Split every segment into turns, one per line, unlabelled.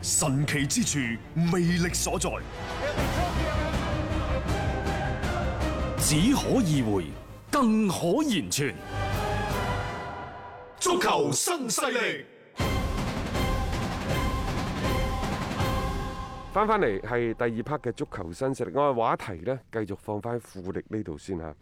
神奇之處，魅力所在，
只可意會，更可言傳。
足球新勢力。
翻翻嚟係第二 part 嘅足球新勢力，我嘅話題呢，繼續放翻富力呢度先嚇。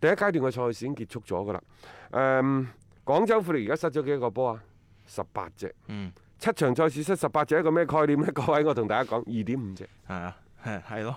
第一階段嘅賽事已經結束咗噶啦。誒、廣州富力而家失咗幾多個波啊？十八隻。嗯。七場賽事失十八隻，一個咩概念呢？各位，我同大家講，二點五隻。
係啊，係係咯，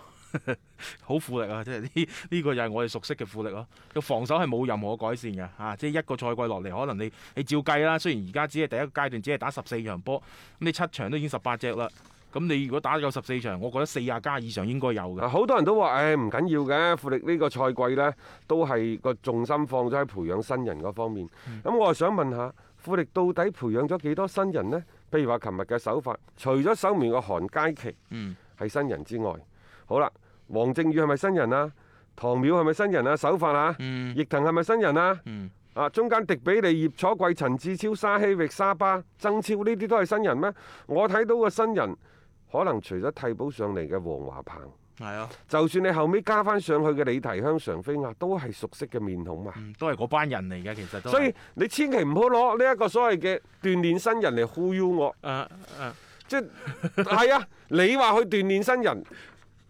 好富力啊！即係呢呢個就係我哋熟悉嘅富力咯。個防守係冇任何改善嘅嚇、啊即係一個賽季落嚟，可能你你照計啦。雖然而家只係第一個階段，只係打十四場波，咁你七場都已經十八隻啦。咁你如果打夠十四場，我覺得四廿加以上應該有嘅。
啊好多人都話誒唔緊要嘅，富力呢個賽季呢，都係個重心放咗喺培養新人嗰方面。
嗯
咁我係想問下，富力到底培養咗幾多新人呢？譬如話琴日嘅首發，除咗守門嘅韓佳琪
嗯
係新人之外，好啦，黃正宇係咪新人啊？唐淼係咪新人啊？首發啊？
嗯
易騰係咪新人啊？
嗯
啊，中間迪比利、葉楚貴、陳志超、沙希域、沙巴、曾超呢啲都係新人咩？我睇到個新人可能除咗替補上嚟嘅黃華鵬。
係啊，
就算你後尾加翻上去嘅李提香、常飛亞，都係熟悉嘅面孔嘛。
嗯都係嗰班人嚟嘅，其實都係。
所以你千祈唔好攞呢一個所謂嘅鍛鍊新人嚟忽悠我，
誒誒
即係 係啊！你話去鍛鍊新人，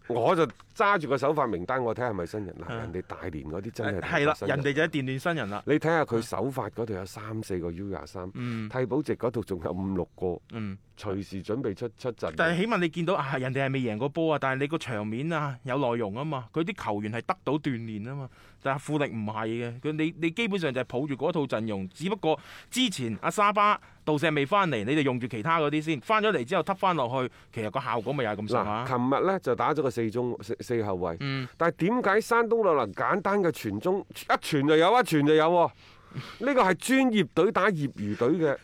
我就揸住個手法名單，我睇下係咪新人嗱。
嗯
人哋大連嗰啲真係
誒係啦，人哋
哋
就係電練新人啦。
你睇下佢手法嗰度有三四個 U 廿三，
嗯
替補席嗰度仲有五六個，
嗯。
隨時準備出出陣。
但係起碼你見到啊，人哋係未贏過波啊，但係你個場面啊有內容啊嘛，佢啲球員係得到鍛鍊啊嘛。但係富力唔係嘅，佢你你基本上就係抱住嗰套陣容，只不過之前阿沙巴、杜石未翻嚟，你就用住其他嗰啲先，翻咗嚟之後揼翻落去，其實個效果咪又係咁上
嗱，
下。
琴日呢就打咗個四中四四後衞，
嗯
但係點解山東魯能簡單嘅傳中一傳就有，一傳就有喎？呢個係專業隊打業餘隊嘅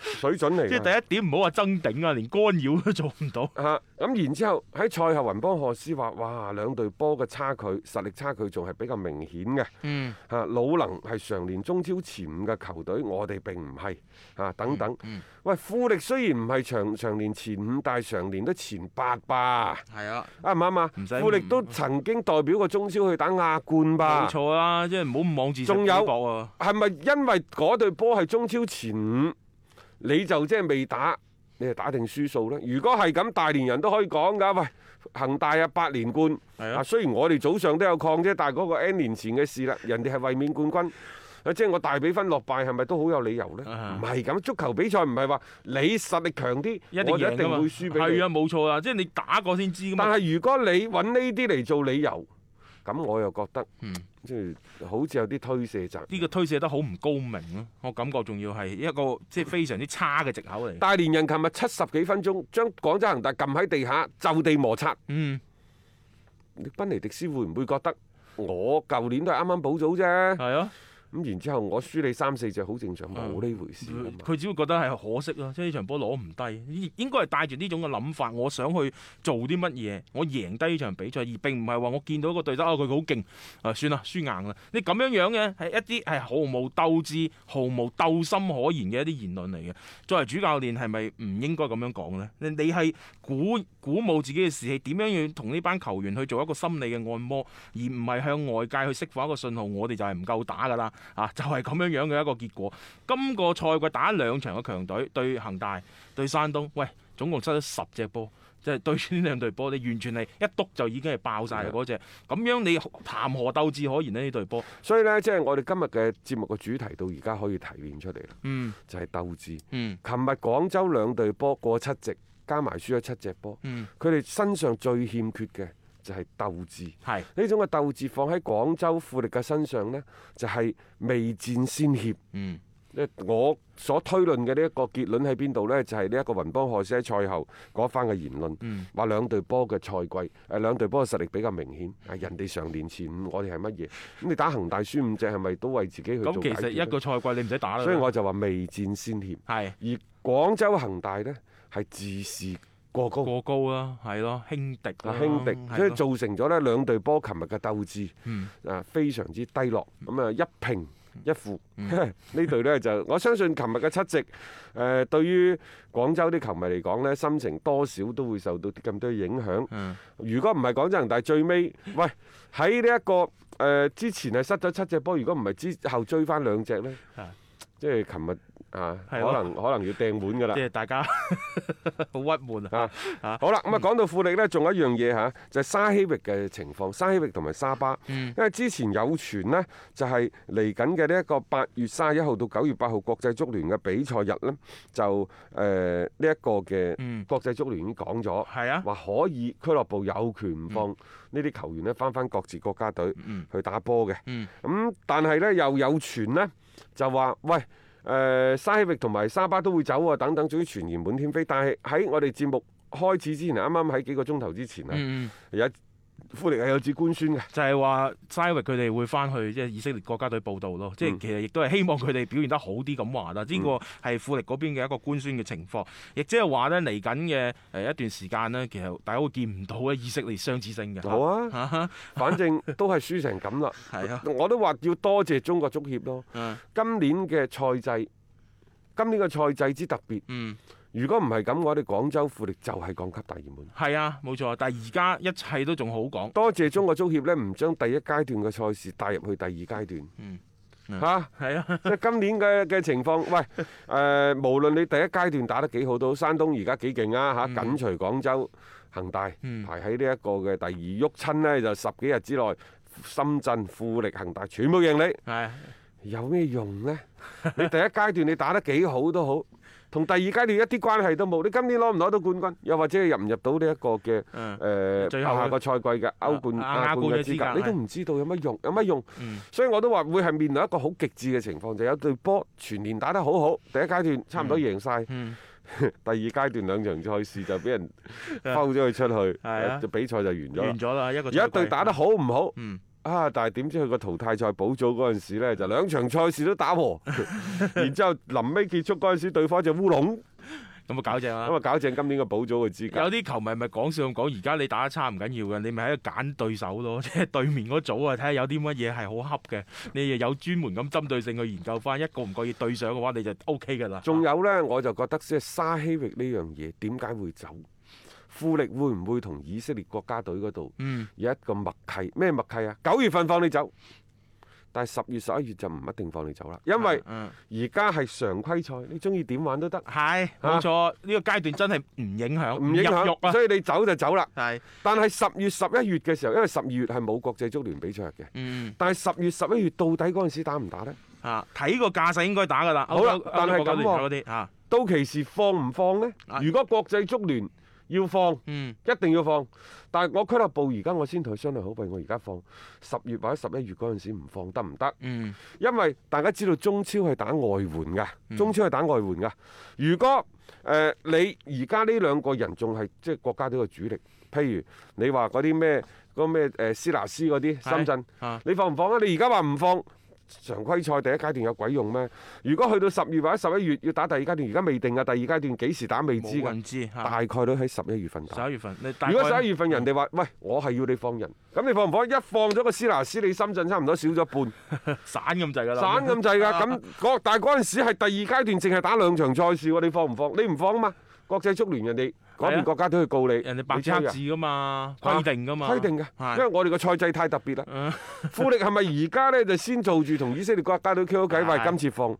水準嚟
即
㗎。
係第一點唔好話爭頂啊，連干擾都做唔到。
嚇啊咁然之後喺賽後雲邦賀斯話：哇，兩隊波嘅差距實力差距仲係比較明顯嘅。
嗯，
嚇魯能係常年中超前五嘅球隊，我哋並唔係嚇等等。
嗯
喂，富力雖然唔係長長年前五，但係常年都前八吧。
係啊，
啱唔啱啊
唔使？
富力都曾經代表過中超去打亞冠吧
冇？錯啦，即係唔好咁妄自
啊仲有
菲薄啊。
係咪因為嗰隊波係中超前五，你就即係未打，你係打定輸數呢？如果係咁，大連人都可以講㗎。喂，恒大啊，八連冠
係啊
雖然我哋早上都有抗啫，但係嗰個 N 年前嘅事啦，人哋係衛冕 冠軍。啊即係我大比分落敗，係咪都好有理由呢？
啊
唔係咁，足球比賽唔係話你實力強啲，
一定
我就
贏
一
㗎
定
嘛
會輸俾你
係。啊，冇錯啊，即係你打過先知㗎嘛
但。係如果你揾呢啲嚟做理由，咁我又覺得，
嗯
即係好似有啲推卸責任。
呢個推卸得好唔高明咯，我感覺仲要係一個即係非常之差嘅藉口嚟。
大連人琴日七十幾分鐘將廣州恒大撳喺地下，就地摩擦。
嗯，
你賓尼迪斯會唔會覺得我舊年都係啱啱補組啫？
係啊，
咁然之後我輸你三四隻好正常，冇
嗯
呢回事㗎嘛。
佢只會覺得係可惜咯，即係呢場波攞唔低，應該係帶住呢種嘅諗法，我想去做啲乜嘢，我贏低呢場比賽，而並唔係話我見到一個對手啊，佢好勁，啊算啦，輸硬啦。你咁樣樣嘅係一啲係毫無鬥志、毫無鬥心可言嘅一啲言論嚟嘅。作為主教練係咪唔應該咁樣講呢？你你係鼓鼓舞自己嘅士氣，點樣要同呢班球員去做一個心理嘅按摩，而唔係向外界去釋放一個信號，我哋就係唔夠打㗎啦，啊就係、咁樣樣嘅一個結果。今個賽季打兩場嘅強隊對恒大、對山東，喂，總共失咗十隻波。就係對住呢兩隊波，你完全係一篤就已經係爆
啊
晒嘅嗰只。咁樣你談何鬥志可言呢？呢隊波，
所以呢，即係我哋今日嘅節目嘅主題到而家可以提煉出嚟啦，
嗯
就係鬥志。
嗯
琴日廣州兩隊波過七席，加埋輸咗七隻波，
嗯，
佢哋身上最欠缺嘅就係鬥志。
係
呢種嘅鬥志放喺廣州富力嘅身上呢，就係未戰先怯。
嗯
即係我所推論嘅呢一個結論喺邊度呢？就係呢一個雲邦海斯喺賽後嗰番嘅言論，
嗯
話兩隊波嘅賽季，誒兩隊波嘅實力比較明顯。啊，人哋常年前五，我哋係乜嘢？咁你打恒大輸五隻，係咪都為自己去做
咁其
解
實
決呢
一個賽季你唔使打啦。
所以我就話未戰先怯。
係
而廣州恒大呢，係自視過高。
過高啦，係咯，輕敵
啊
啦，
輕敵，所以造成咗呢兩隊波琴日嘅鬥志
嗯
啊非常之低落，咁啊一平一負
嗯
呢隊呢，就我相信琴日嘅七席，誒對於廣州啲球迷嚟講呢，心情多少都會受到咁多影響。
嗯
如果唔係廣州恒大最尾，喂喺呢一個誒、呃之前係失咗七隻波，如果唔係之後追翻兩隻呢
啊，
即係琴日啊，可
係咯
能可能要掟碗㗎啦
即。係大家 好鬱悶啊。
啊好啦，咁啊講到富力呢，仲有一樣嘢嚇，就係、沙希域嘅情況，沙希域同埋沙巴，因為之前有傳呢，就係嚟緊嘅呢一個八月三十一號到九月八號國際足聯嘅比賽日呢，就誒呢一個嘅
嗯
國際足聯已經講咗，
係啊
話可以俱樂部有權唔放呢啲球員呢翻翻各自國家隊
嗯
去打波嘅。
嗯
咁但係呢，又有傳呢，就話喂。誒、沙希域同埋沙巴都會走啊，等等，總之傳言滿天飛。但係喺我哋節目開始之前，啱啱喺幾個鐘頭之前啊，
嗯啊嗯
有富力係有致官宣嘅，
就係話 s i 佢哋會翻去即係以色列國家隊報道咯，即係
嗯
其實亦都係希望佢哋表現得好啲咁話啦。呢個係富力嗰邊嘅一個官宣嘅情況，亦即係話呢，嚟緊嘅誒一段時間呢，其實大家會見唔到咧以色列雙子星嘅。
好啊
嚇，嚇
反正都係輸成 咁啦。
係啊，
我都話要多謝中國足協咯。
嗯
今年嘅賽制，今年嘅賽制之特別。
嗯。
如果唔係咁，我哋廣州富力就係降級大熱門。
係啊，冇錯，但係而家一切都仲好講，
多謝中國足協呢，唔將第一階段嘅賽事帶入去第二階段。
嗯
嚇、
係啊，
即係今年嘅嘅情況，喂，誒、無論你第一階段打得幾好都好，山東而家幾勁啊嚇，緊隨廣州恒大
嗯
排喺呢一個嘅第二，喐親呢就十幾日之內，深圳富力恒大全部 贏
係啊
你，有咩用呢？你第一階段你打得幾好都好，同第二階段一啲關係都冇。你今年攞唔攞到冠軍，又或者入唔入到呢一個嘅？
嗯
誒
最後
呃下個賽季嘅歐冠、
啊
亞
亞
冠
冠
嘅
嘅資
資
格
格，你都唔知道有乜用，有乜用
嗯？
所以我都話會係面臨一個好極致嘅情況，就有隊波全年打得好好，第一階段差唔多贏晒，第
嗯，
二階段兩場賽事就俾 人摟咗佢出去，
啊係啊
誒比賽就完咗啦
完。咗啦，一個
而家隊打得好唔好？
嗯
啊！但係點知佢個淘汰賽補組嗰陣時咧，就兩場賽事都打 和，然之後臨尾結束嗰陣時，對方隻烏龍，
咁啊搞正啦
咁。啊搞正今年嘅補組嘅資格。
有啲球迷咪講笑咁講，而家你打得差唔緊要嘅，你咪喺度揀對手咯， 即係對面嗰組啊，睇下有啲乜嘢係好恰嘅，你又有專門咁針對性去研究翻，一個唔覺意對上嘅話，你就 O K 㗎啦。
仲有呢，我就覺得即係沙希域呢樣嘢點解會走？富力會唔會同以色列國家隊嗰度
嗯
有一個默契？咩默契啊？九月份放你走，但係十月十一月就唔一定放你走啦，因為
嗯
而家係常規賽，你中意點玩都得，
係冇錯，呢個階段真係唔影響，
唔影
入獄
響，
啊，
所以你走就走啦。
係
但係十月十一月嘅時候，因為十二月係冇國際足聯比賽日嘅，
嗯
但係十月十一月到底嗰陣時打唔打呢？
啊，睇個架勢應該打㗎啦。
好啦
歐洲
但係
歐洲國家
咁
聯賽
喎
嗰啲嚇，
到期時放唔放呢
啊？
如果國際足聯要放，
嗯
一定要放，但係我俱樂部而家我先同佢商量好，喂，我而家放十月或者十一月嗰陣時唔放得唔得？
嗯
因為大家知道中超係打外援㗎，中超係打外援㗎。如果誒、呃你而家呢兩個人仲係即係國家隊嘅主力，譬如你話嗰啲咩嗰咩誒斯拿斯嗰啲
係
深圳，
啊
你放唔放啊？你而家話唔放。常規賽第一階段有鬼用咩？如果去到十月或者十一月要打第二階段，而家未定㗎。第二階段幾時打未知
冇
㗎，
人知嚇。
大概都喺十一月份打。
十一月份，你大
如果
概
十一月份人哋話，喂，我係要你放人，咁你放唔放？一放咗個斯拿斯，你深圳差唔多少咗半，
散咁滯㗎啦，啊
散咁滯㗎。咁嗰但係嗰陣時係第二階段，淨係打兩場賽事喎，你放唔放？你唔放啊嘛，國際足聯人哋嗰
係啊
邊國家隊去告你，
人哋白
你
紙
吹啊
黑字噶嘛，
啊
規定噶嘛，
規定嘅，因為
係
我哋個賽制太特別 啦。
嗯
富力係咪而家呢？就先做住同以色列國家隊傾好偈，
係
喂，今次放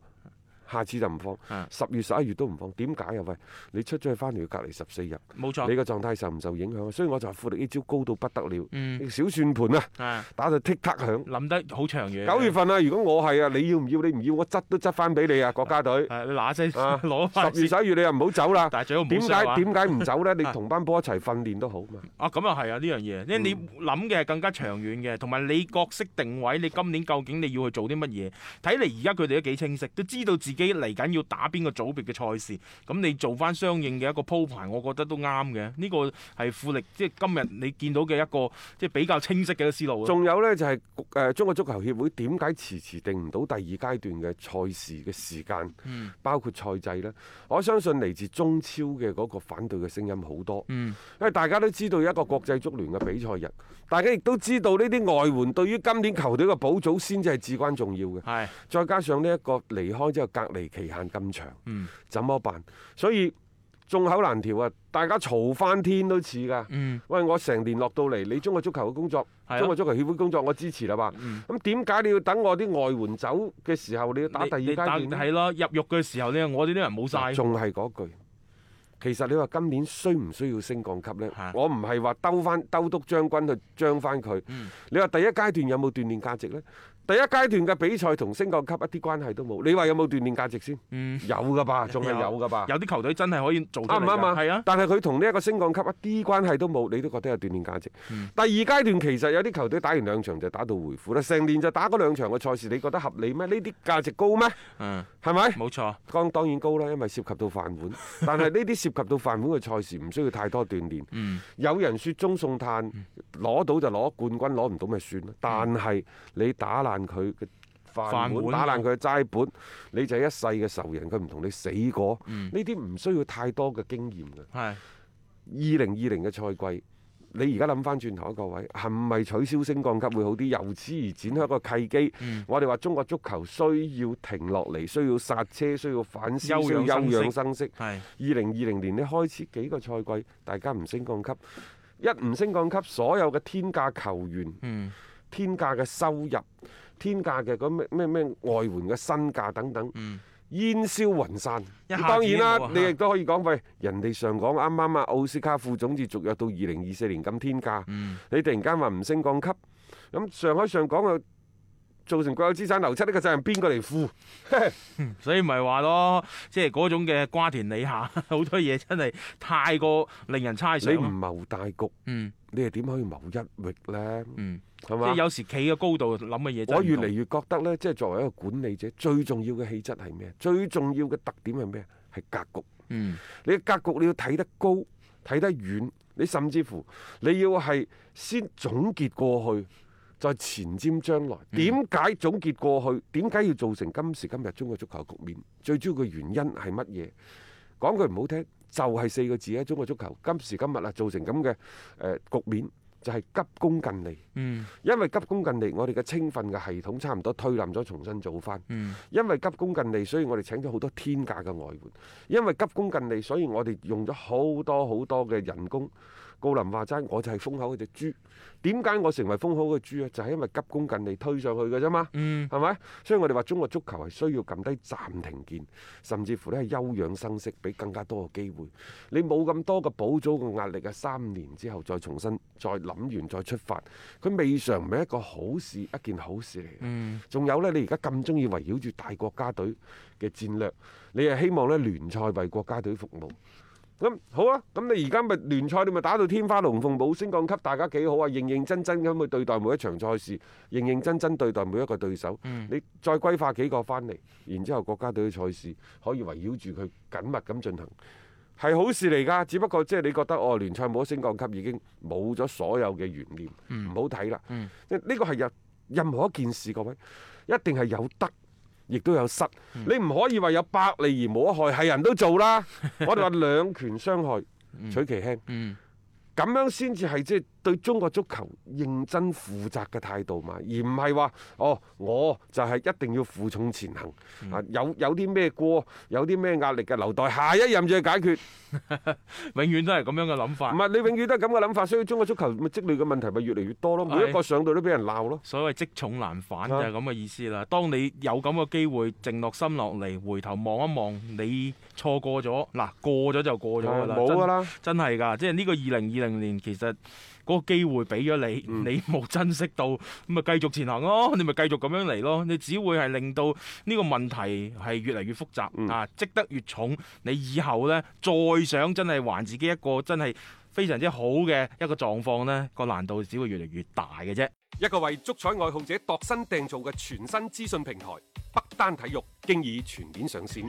下次就唔放
啊，
十月十一月都唔放。點解啊？喂，你出咗去翻嚟要隔離十四日，
冇錯
你個狀態受唔受影響啊？所以我就話富力呢招高到不得了，
嗯
你小算盤啊，
啊，
打到剔嗒響。
諗得好長遠。
九月份啊，如果我係啊，你要唔要？你唔要，我執都執翻俾你啊，國家隊。
係你嗱聲
啊
攞翻
十月
先，
十一月你又唔好走啦。
但係最好唔好
點
傷啊
解點解唔走呢？你同班波一齊訓練都好嘛。
啊，咁又係啊呢樣嘢，因為
嗯
你諗嘅係更加長遠嘅，同埋你角色定位，你今年究竟你要去做啲乜嘢？睇嚟而家佢哋都幾清晰，都知道自己嚟緊要打邊個組別嘅賽事，咁你做翻相應嘅一個鋪排，我覺得都啱嘅。呢個係富力即係今日你見到嘅一個即係比較清晰嘅一個思路咯。
仲有呢，就係、誒中國足球協會點解遲遲定唔到第二階段嘅賽事嘅時間，
嗯
包括賽制呢？我相信嚟自中超嘅嗰個反對嘅聲音好多，
嗯，
因為大家都知道有一個國際足聯嘅比賽日，大家亦都知道呢啲外援對於今年球隊嘅補組先至係至關重要嘅。
係，
再加上呢一個離開之後隔離期限咁長，
嗯
怎麼辦？所以眾口難調啊！大家嘈翻天都似㗎。
嗯，
喂，我成年落到嚟，你中國足球嘅工作，
係啊嗯
中國足球協會工作，我支持啦嘛。咁點解你要等我啲外援走嘅時候，你要打第二
你你
階段呢
係咯，入獄嘅時候呢，我哋啲人冇晒。
仲係嗰句，其實你話今年需唔需要升降級呢
係？
我唔係話兜翻兜督將軍去將翻佢。
嗯
你話第一階段有冇鍛鍊價值呢？第一階段嘅比賽同升降級一啲關係都冇。你話有冇鍛鍊價值先？
嗯，
有噶吧，仲係
有
有噶吧。
有啲球隊真係可以做出
啱
嚟
唔啱
㗎
啊？
係啊，
但係佢同呢一個升降級一啲關係都冇，你都覺得有鍛鍊價值。
嗯
第二階段其實有啲球隊打完兩場就打道回府啦，成年就打嗰兩場嘅賽事，你覺得合理咩？呢啲價值高咩？
嗯，
係咪？
冇錯。
當當然高啦，因為涉及到飯碗。但係呢啲涉及到飯碗嘅賽事，唔需要太多鍛鍊。
嗯
有人雪中送炭，攞到就攞冠軍，攞唔到咪算咯。但係你打爛佢嘅飯
嗯飯碗
碗，打爛佢嘅齋本，你就係一世嘅仇人，佢唔同你死過。
嗯，
呢啲唔需要太多嘅經驗嘅。
係
二零二零嘅賽季，你而家諗翻轉頭一個位，係咪取消升降級會好啲？由此而展開一個契機。
嗯
我哋話中國足球需要停落嚟，需要剎車，需要反思，需要
休養
休
生息
養生息。
係
二零二零年你開始幾個賽季，大家唔升降級，一唔升降級，所有嘅天價球員、
嗯
天價嘅收入、天價嘅嗰咩咩咩外援嘅身價等等。
嗯
煙消雲散。
一下
咁
子
當然
冇啊
啦，你亦都可以講喂，人哋上港啱啱啊，奧斯卡副總治續約到二零二四年咁天價，
嗯
你突然間話唔升降級，咁上海上港又造成國有資產流出，呢個責任邊個嚟負？
所以咪話咯，即係嗰種嘅瓜田李下， 好多嘢真係太過令人猜想
你
咯。
唔謀大局，
嗯
你係點可以謀一域呢？
嗯，
係
即係
嘛？
有時企嘅高度諗嘅嘢真係唔同。
我越嚟越覺得呢，即係作為一個管理者，最重要嘅氣質係咩？最重要嘅特點係咩？係格局。
嗯
你嘅格局你要睇得高，睇得遠，你甚至乎你要係先總結過去，再前瞻將來。點解總結過去？點解要造成今時今日中國足球嘅局面？最主要嘅原因係乜嘢？講句唔好聽，就係、四個字啊！中國足球今時今日啊，造成咁嘅誒局面，就係、急功近利。
嗯
因為急功近利，我哋嘅青訓嘅系統差唔多推冧咗，重新做翻。
嗯
因為急功近利，所以我哋請咗好多天價嘅外援；因為急功近利，所以我哋用咗好多好多嘅人工。高林話齋，我就係風口嗰只豬。點解我成為風口嘅豬啊？就係、因為急功近利推上去嘅啫嘛，
嗯
係咪？所以我哋話中國足球係需要撳低暫停鍵，甚至乎咧係休養生息，俾更加多嘅機會。你冇咁多嘅補組嘅壓力啊，三年之後再重新再諗完再出發，佢未嘗唔係一個好事，一件好事嚟嘅。
嗯
仲有呢，你而家咁中意圍繞住大國家隊嘅戰略，你係希望呢聯賽為國家隊服務。咁好啊！咁你而家咪聯賽，你咪打到天花龍鳳，冇升降級，大家幾好啊！認認真真咁去對待每一場賽事，認認真真對待每一個對手。
嗯
你再規劃幾個翻嚟，然之後國家隊嘅賽事可以圍繞住佢緊密咁進行，係好事嚟㗎。只不過即係你覺得哦，聯賽冇咗升降級已經冇咗所有嘅懸念，唔好睇啦。
嗯
即係呢個係任任何一件事，各位一定係有得。亦都有失，
嗯
你唔可以話有百利而無一害，係人都做 啦。我哋話兩權相害，取其輕，
嗯
咁樣先至係即係對中國足球認真負責嘅態度嘛，而唔係話哦，我就係一定要負重前行
嗯
啊！有有啲咩過，有啲咩壓力嘅，留待下一任再解決。
永遠都係咁樣嘅諗
唔
法。
係你永遠都係咁嘅諗法，所以中國足球咪積累嘅問題咪越嚟越多咯。每一個上到都俾人鬧咯。
所謂積重難返就
啊
係咁嘅意思啦。當你有咁嘅機會，靜落心落嚟，回頭望一望，你錯過咗嗱，過咗就過咗㗎啦，
冇
真
㗎啦，
真係㗎，即係呢個二零二零年其實嗰個機會俾咗你，
嗯
你冇珍惜到，咁咪繼續前行咯，你咪繼續咁樣嚟咯，你只會係令到呢個問題係越嚟越複雜、
嗯
啊，積得越重，你以後呢，再想真係還自己一個真係非常之好嘅一個狀況呢，個難度只會越嚟越大嘅啫。
一個為足彩愛好者度身訂造嘅全新資訊平台北單體育，經已全面上線。